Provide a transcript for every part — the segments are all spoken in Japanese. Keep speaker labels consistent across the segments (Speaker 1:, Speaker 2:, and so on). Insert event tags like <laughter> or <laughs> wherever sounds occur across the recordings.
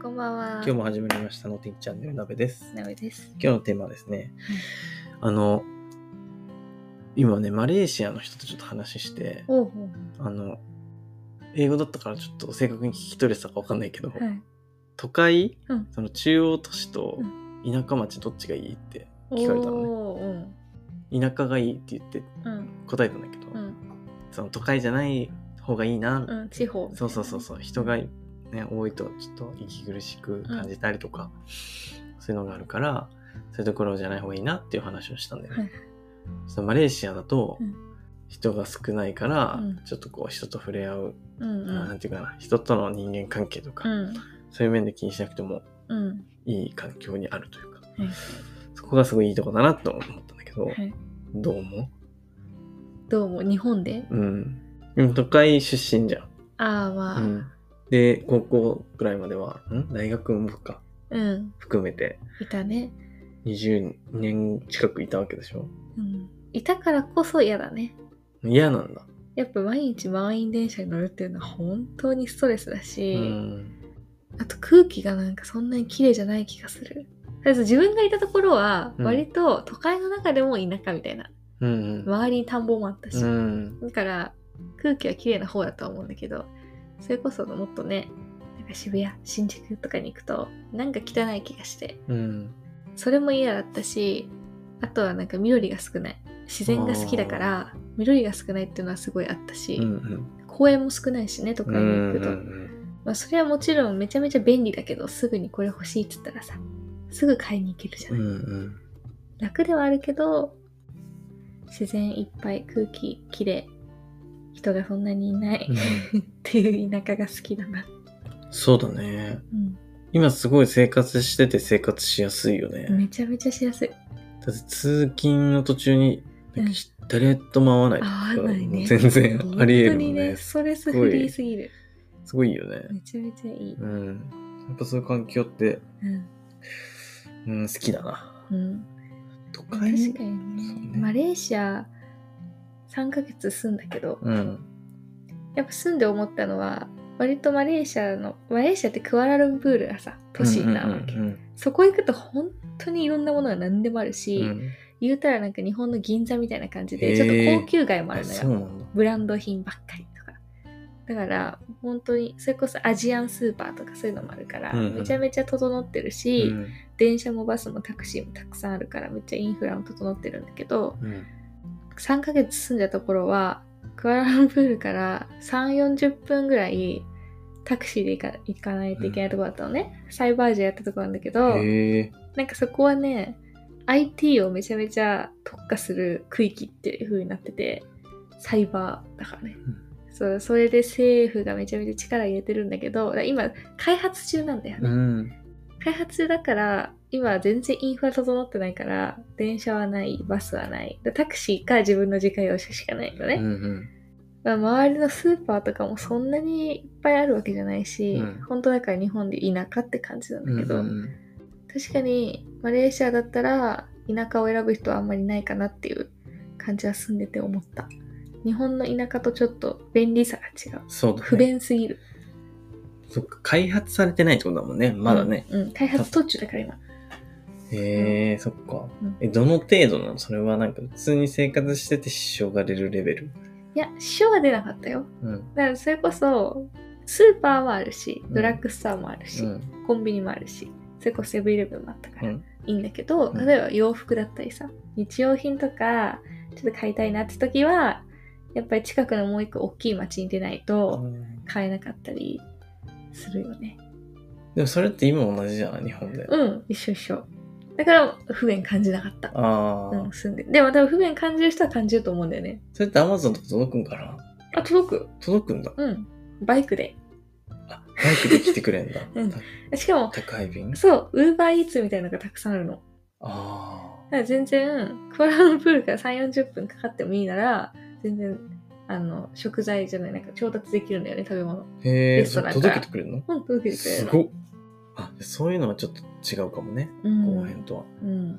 Speaker 1: 今日も始まりましたのてんチャンネル鍋です。
Speaker 2: なおです。
Speaker 1: 今日のテーマはですね、あの、今ね、マレーシアの人とちょっと話して、
Speaker 2: おうほ
Speaker 1: あの、英語だったからちょっと正確に聞き取れてたかわかんないけど、
Speaker 2: う。はい。
Speaker 1: 都会、
Speaker 2: うん
Speaker 1: その中央都市と
Speaker 2: う
Speaker 1: 田舎町どっちがいいって聞かれたのね。
Speaker 2: おー
Speaker 1: 田舎がいいって言って
Speaker 2: おーうん
Speaker 1: 答えたんだけど、
Speaker 2: うん
Speaker 1: その都会じゃない方がいいな、
Speaker 2: うん。地方。
Speaker 1: そうそうそうそう人が、ね、多いとちょっと息苦しく感じたりとか、そういうのがあるからそういうところじゃない方がいいなっていう話をしたんだよね。
Speaker 2: はい
Speaker 1: そのマレーシアだと
Speaker 2: うん
Speaker 1: 人が少ないから、
Speaker 2: うん
Speaker 1: ちょっとこう人と触れ合う、
Speaker 2: うんう
Speaker 1: なん
Speaker 2: ん。
Speaker 1: ていうかな人との人間関係とか、
Speaker 2: うん
Speaker 1: そういう面で気にしなくても
Speaker 2: うん。
Speaker 1: いい環境にあるというか、
Speaker 2: い
Speaker 1: そこがすごいいいとこだなと思ったんだけど、
Speaker 2: はい。
Speaker 1: どう思
Speaker 2: どうも日本で。
Speaker 1: ううんでも都会出身じゃん。
Speaker 2: ああまあ。
Speaker 1: う
Speaker 2: うん
Speaker 1: んで高校ぐらいまではん大学もか含めて
Speaker 2: いたね。
Speaker 1: 20年近くいたわけでしょ
Speaker 2: うん。いたからこそ嫌だね。
Speaker 1: 嫌なんだ、
Speaker 2: やっぱ毎日満員電車に乗るっていうのは本当にストレスだし、
Speaker 1: うん
Speaker 2: あと空気がなんかそんなに綺麗じゃない気がする。とりあえず自分がいたところは
Speaker 1: うん
Speaker 2: 割と都会の中でも田舎みたいな、
Speaker 1: うんうん
Speaker 2: 周りに田んぼもあったし、
Speaker 1: うん
Speaker 2: だから空気は綺麗な方だとは思うんだけどそれこそもっとねなんか渋谷新宿とかに行くとなんか汚い気がして
Speaker 1: うん
Speaker 2: それも嫌だったしあとはなんか緑が少ない自然が好きだから緑が少ないっていうのはすごいあったし、
Speaker 1: うんうん
Speaker 2: 公園も少ないしね都
Speaker 1: う
Speaker 2: 会に行
Speaker 1: ん
Speaker 2: くと、まあ、それはもちろんめちゃめちゃ便利だけどすぐにこれ欲しいっつったらさすぐ買いに行けるじゃ
Speaker 1: う
Speaker 2: ない、
Speaker 1: ん
Speaker 2: 楽ではあるけど自然いっぱい空気きれい人がそんなにいない、っていう田舎が好きだな。
Speaker 1: そうだね
Speaker 2: うん。
Speaker 1: 今すごい生活してて生活しやすいよね、
Speaker 2: めちゃめちゃしやすい。
Speaker 1: だって通勤の途中になんか
Speaker 2: うん
Speaker 1: 誰とも会わないとか
Speaker 2: 合わないね。
Speaker 1: 全然ありえるも
Speaker 2: 本当に
Speaker 1: んね
Speaker 2: ね、ストレスフリーすぎる。
Speaker 1: すごいよね
Speaker 2: めちゃめちゃいい。
Speaker 1: うんやっぱそういう環境って、
Speaker 2: うん。
Speaker 1: うん、好きだな
Speaker 2: うん、
Speaker 1: 都
Speaker 2: 確
Speaker 1: 会
Speaker 2: かに
Speaker 1: そう
Speaker 2: ね
Speaker 1: ね
Speaker 2: マレーシア3ヶ月住んだけど、
Speaker 1: うん
Speaker 2: やっぱ住んで思ったのは、割とマレーシアの、マレーシアってクアラルンプールがさ、都市なわけ。
Speaker 1: うんうん
Speaker 2: そこ行くと本当にいろんなものが何でもある
Speaker 1: う
Speaker 2: し、
Speaker 1: んうん
Speaker 2: 言うたらなんか日本の銀座みたいな感じ
Speaker 1: へ
Speaker 2: で、
Speaker 1: ー
Speaker 2: ちょっと高級街もあ
Speaker 1: あ
Speaker 2: るのよ
Speaker 1: そ。うなんだ
Speaker 2: ブランド品ばっかりとかだから本当にそれこそアジアンスーパーとかそういうのもあるから、
Speaker 1: うんうん
Speaker 2: めちゃめちゃ整ってるし、
Speaker 1: うん
Speaker 2: 電車もバスもタクシーもたくさんあるからめっちゃインフラも整ってるんだけど
Speaker 1: うん
Speaker 2: 3ヶ月住んだところはクアラルンプールから3 4 0分ぐらいタクシーで行か行かないといけないところだったのね、サイバージェやったところなんだけど
Speaker 1: へえ
Speaker 2: なんかそこはね IT をめちゃめちゃ特化する区域っていう風になっててサイバーだからね、そうそれで政府がめちゃめちゃ力入れてるんだけどだから今開発中なんだよね、
Speaker 1: うん
Speaker 2: 開発中だから今全然インフラ整ってないから電車はないバスはないだからタクシーか自分の自家用車しかないの
Speaker 1: う
Speaker 2: ね、
Speaker 1: ん
Speaker 2: まあ周りのスーパーとかもそんなにいっぱいあるわけじゃないし、
Speaker 1: うん
Speaker 2: 本当だから日本で田舎って感じなん
Speaker 1: う
Speaker 2: だ
Speaker 1: ん
Speaker 2: けど、
Speaker 1: うん
Speaker 2: 確かにマレーシアだったら田舎を選ぶ人はあんまりないかなっていう感じは住んでて思った日本の田舎とちょっと便利さが違う
Speaker 1: そうだね
Speaker 2: 不便すぎる、
Speaker 1: そっか開発されてないってことだもんねまだね
Speaker 2: うん、うん開発途中だから今
Speaker 1: へえそっか
Speaker 2: うん
Speaker 1: えどの程度なのそれはなんか普通に生活してて支障が出るレベル
Speaker 2: いや支障は出なかったよ
Speaker 1: うん
Speaker 2: だからそれこそスーパーもあるし
Speaker 1: うん
Speaker 2: ドラッグストアもあるし、
Speaker 1: うん
Speaker 2: コンビニもあるしそれこそセブンイレブンもあったか
Speaker 1: う
Speaker 2: ら、
Speaker 1: ん
Speaker 2: いいんだけど
Speaker 1: うん
Speaker 2: 例えば洋服だったりさ日用品とかちょっと買いたいなって時はやっぱり近くのもう一個大きい町に出ないと、買えなかったりするよね。
Speaker 1: でもそれって今も同じじゃない日本で
Speaker 2: うん、一緒一緒。だから不便感じなかった。
Speaker 1: あ
Speaker 2: う
Speaker 1: あ
Speaker 2: ん、住んで。でも多分不便感じる人は感じると思うんだよね。
Speaker 1: それって Amazon とか届くんかな
Speaker 2: あ、届く。
Speaker 1: 届くんだ
Speaker 2: うん。バイクで。
Speaker 1: あバイクで来てくれんだ
Speaker 2: うん
Speaker 1: た
Speaker 2: しかも、
Speaker 1: 宅配便
Speaker 2: そう、ウーバーイーツみたいなのがたくさんあるの。
Speaker 1: あ
Speaker 2: だから全然、クアラルンプールから3、40分かかってもいいなら、全然、あの、食材じゃない、なんか調達できるんだよね、食べ物。
Speaker 1: あへえ
Speaker 2: レストランから
Speaker 1: 届けてくれるの
Speaker 2: うん、届けてくれ
Speaker 1: す
Speaker 2: るの。
Speaker 1: ごっあそういうのはちょっと違うかもね、
Speaker 2: う
Speaker 1: この
Speaker 2: ん
Speaker 1: 辺。とは
Speaker 2: うん。
Speaker 1: ね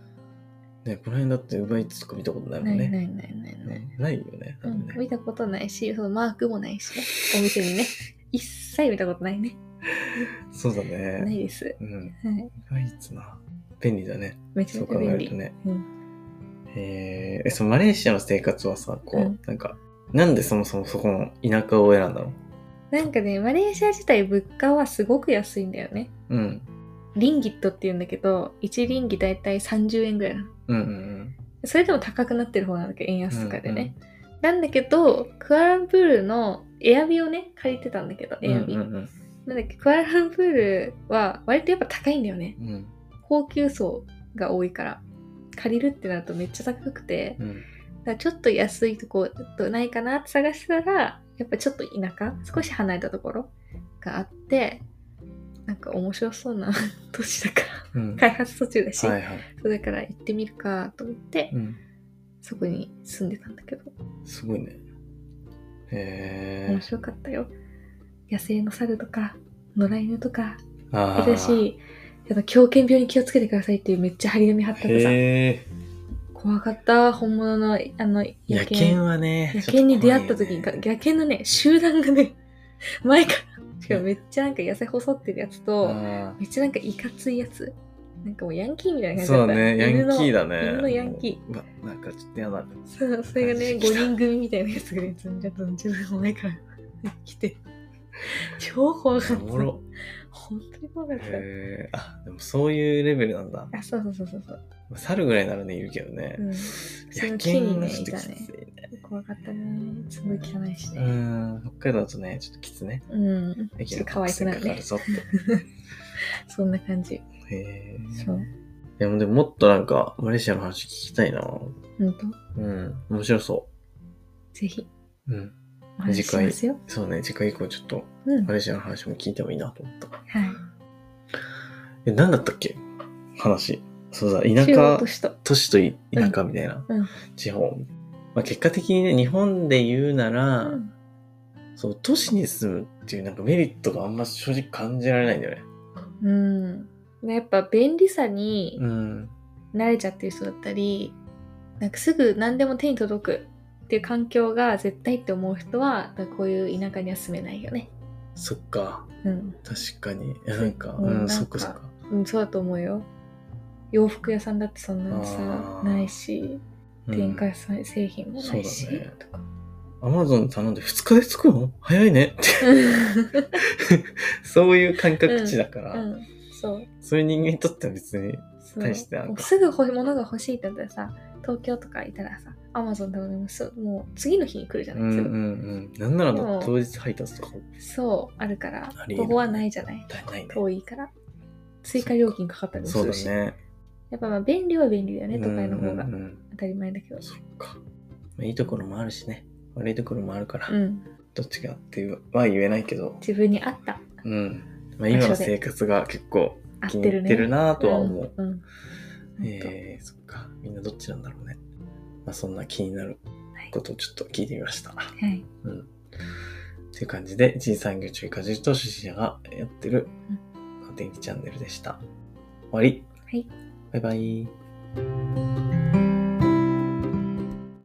Speaker 1: この辺だって奪いつとか見たことないも
Speaker 2: なんい
Speaker 1: ね
Speaker 2: ないないないない。
Speaker 1: うんないよね多
Speaker 2: う
Speaker 1: 分
Speaker 2: ん
Speaker 1: ね、 <laughs>
Speaker 2: 見たことないし、そのマークもないしね、お店にね、一切見たことないね。
Speaker 1: そうだね。
Speaker 2: ないです。
Speaker 1: うん。
Speaker 2: はい。
Speaker 1: ナイツな。便利だね。
Speaker 2: めちゃ
Speaker 1: そ
Speaker 2: め
Speaker 1: う
Speaker 2: ちゃ
Speaker 1: 考え
Speaker 2: 便
Speaker 1: ると
Speaker 2: 利。
Speaker 1: ね。
Speaker 2: うん
Speaker 1: えーえ、そのマレーシアの生活はさ、こう、
Speaker 2: うん
Speaker 1: なんか、なんでそもそもそこの田舎を選んだの
Speaker 2: なんかね、マレーシア自体物価はすごく安いんだよね。
Speaker 1: うん。
Speaker 2: リンギットって言うんだけど、1リンギだいたい30円ぐらいなの。
Speaker 1: うんうん
Speaker 2: それでも高くなってる方なんだけど、円
Speaker 1: うん。
Speaker 2: 安とかでね。なんだけど、クアラルンプールのエアビをね、借りてたんだけど、
Speaker 1: うん
Speaker 2: エ
Speaker 1: う
Speaker 2: ア
Speaker 1: ん。
Speaker 2: ビ。
Speaker 1: うんうん
Speaker 2: なんだっけ、クアラルンプールは割とやっぱ高いんだよね。
Speaker 1: うん。うん
Speaker 2: 高級層が多いから。借りるってなるとめっちゃ高くて、
Speaker 1: うん。
Speaker 2: だからちょっと安いとこないかなって探してたら、やっぱちょっと田舎、少し離れたところがあって、なんか面白そうな <laughs> 都市だから、
Speaker 1: うん。
Speaker 2: 開発途中だし、
Speaker 1: はいはい。
Speaker 2: そうだから行ってみるかと思って、
Speaker 1: うん。
Speaker 2: そこに住んでたんだけど、
Speaker 1: すごいね。へ
Speaker 2: 面
Speaker 1: え。
Speaker 2: 白かったよ。野生の猿とか、野良犬とか、
Speaker 1: あ
Speaker 2: だし、あの狂犬病に気をつけてくださいっていうめっちゃ張り紙貼っててさ、
Speaker 1: へえ。
Speaker 2: 怖かった、本物のあの
Speaker 1: 野犬はね、
Speaker 2: 野犬に出会った時に、
Speaker 1: ちょっと怖いよね
Speaker 2: 野犬のね、集団がね、 <laughs> 前から、しかもめっちゃなんか痩せ細ってるやつと、
Speaker 1: あ
Speaker 2: めっちゃなんかいかついやつ。なんかもうヤンキーみた
Speaker 1: ー
Speaker 2: いな感じ
Speaker 1: そ
Speaker 2: だっ
Speaker 1: う
Speaker 2: た。
Speaker 1: だね、ヤン
Speaker 2: 犬の
Speaker 1: キーだね。
Speaker 2: 犬のヤンキ
Speaker 1: ー。うわ、なんかちょっと嫌だね。
Speaker 2: そう、それがね、5人組みたいなやつがね、ずんじゃずんじゃの前から来て、
Speaker 1: <laughs>
Speaker 2: 超怖かった。
Speaker 1: おもろ。
Speaker 2: 本当に怖かった。
Speaker 1: へえ。あ、でもそういうレベルなんだ。
Speaker 2: あ、そうそうそうそうそう。
Speaker 1: 猿ぐらいならね、いるけどね
Speaker 2: う。ん、そ
Speaker 1: 野
Speaker 2: の木に
Speaker 1: 犬は
Speaker 2: ね、
Speaker 1: ちょ
Speaker 2: い
Speaker 1: っと
Speaker 2: た
Speaker 1: きつ
Speaker 2: ね。
Speaker 1: いね。
Speaker 2: 怖かったね。すごい汚いし
Speaker 1: う
Speaker 2: ね。
Speaker 1: ん、北海道だとね、ちょっときつね。
Speaker 2: うん。ちょっと可愛くなる
Speaker 1: かかる
Speaker 2: ね。
Speaker 1: ぞって。
Speaker 2: そんな感じ。 <laughs>
Speaker 1: へえ。
Speaker 2: そう。
Speaker 1: いや、でももっとなんか、マレーシアの話聞きたいな。
Speaker 2: ほんと
Speaker 1: うん、面白そ
Speaker 2: ぜひ、
Speaker 1: う。うん。
Speaker 2: お話ししますよ。
Speaker 1: そうね、次回以降ちょっと、
Speaker 2: うん。
Speaker 1: マ
Speaker 2: はい。
Speaker 1: レーシアの話も聞いてもいいなと思った。え、何だったっけ話。そうだ、田
Speaker 2: 中央
Speaker 1: 舎
Speaker 2: 都、市と。
Speaker 1: 都市とい田舎みたいな、
Speaker 2: うん
Speaker 1: 地方。まあ、結果的にね、日本で言うな
Speaker 2: う
Speaker 1: ら、
Speaker 2: ん。
Speaker 1: そう、都市に住むっていうなんかメリットがあんま正直感じられないんだよね。
Speaker 2: うん、やっぱ便利さに
Speaker 1: うん。
Speaker 2: 慣れちゃってる人だったり、なんかすぐ何でも手に届くっていう環境が絶対って思う人は、だからこういう田舎には住めないよね。
Speaker 1: そっか。
Speaker 2: うん。
Speaker 1: 確かに。いや、なんか、
Speaker 2: うん
Speaker 1: うん、
Speaker 2: なんか
Speaker 1: そっかそっか。
Speaker 2: うん、そうだと思うよ。洋服屋さんだってそんなの
Speaker 1: あ
Speaker 2: さ、
Speaker 1: ー
Speaker 2: ないし、
Speaker 1: うん
Speaker 2: 電化さ製品もないし、
Speaker 1: そうだね
Speaker 2: と
Speaker 1: <laughs>
Speaker 2: か。
Speaker 1: アマゾン頼んで2日で着くの早いね <laughs> って。そういう感覚値だから、
Speaker 2: うん、そう。
Speaker 1: そういう人間にとっては別に。
Speaker 2: そう
Speaker 1: 大してなんか
Speaker 2: もうすぐ欲しいものが欲しいってなったらさ、東京とかいたらさ、アマゾン頼んでもすもう次の日に来るじゃ
Speaker 1: う
Speaker 2: なん
Speaker 1: う
Speaker 2: い、す
Speaker 1: ん
Speaker 2: ぐ
Speaker 1: うん。なんなら
Speaker 2: でも
Speaker 1: 当日配達とかも
Speaker 2: そう、あるから
Speaker 1: あり、えない
Speaker 2: ここはないじゃない。
Speaker 1: ないね。
Speaker 2: 遠いから。追加料金かかったりもす
Speaker 1: そう
Speaker 2: る
Speaker 1: だ
Speaker 2: し。
Speaker 1: ね。
Speaker 2: やっぱまあ便利は便利だよね、都会の方
Speaker 1: うん
Speaker 2: が
Speaker 1: う。んうん
Speaker 2: 当たり前だけど。
Speaker 1: そっか。まあいいところもあるしね。悪いところもあるから、
Speaker 2: うん。
Speaker 1: どっちがっていうは言えないけど、
Speaker 2: 自分に合った。
Speaker 1: うん。まあ、今の
Speaker 2: 場所で
Speaker 1: 生活が結構
Speaker 2: 合っ
Speaker 1: 気
Speaker 2: て
Speaker 1: に入
Speaker 2: る
Speaker 1: っ
Speaker 2: ね。
Speaker 1: てるなとは思う。
Speaker 2: うん。うんほんと
Speaker 1: えー、そっか。みんなどっちなんだろうね。まあ、そんな気になることをちょっと聞いてみました。
Speaker 2: はい。
Speaker 1: うん。っていう感じで、G 産業中華重と初心者がやってるお天気チャンネルでした。終わり。
Speaker 2: はい。
Speaker 1: バイバイ。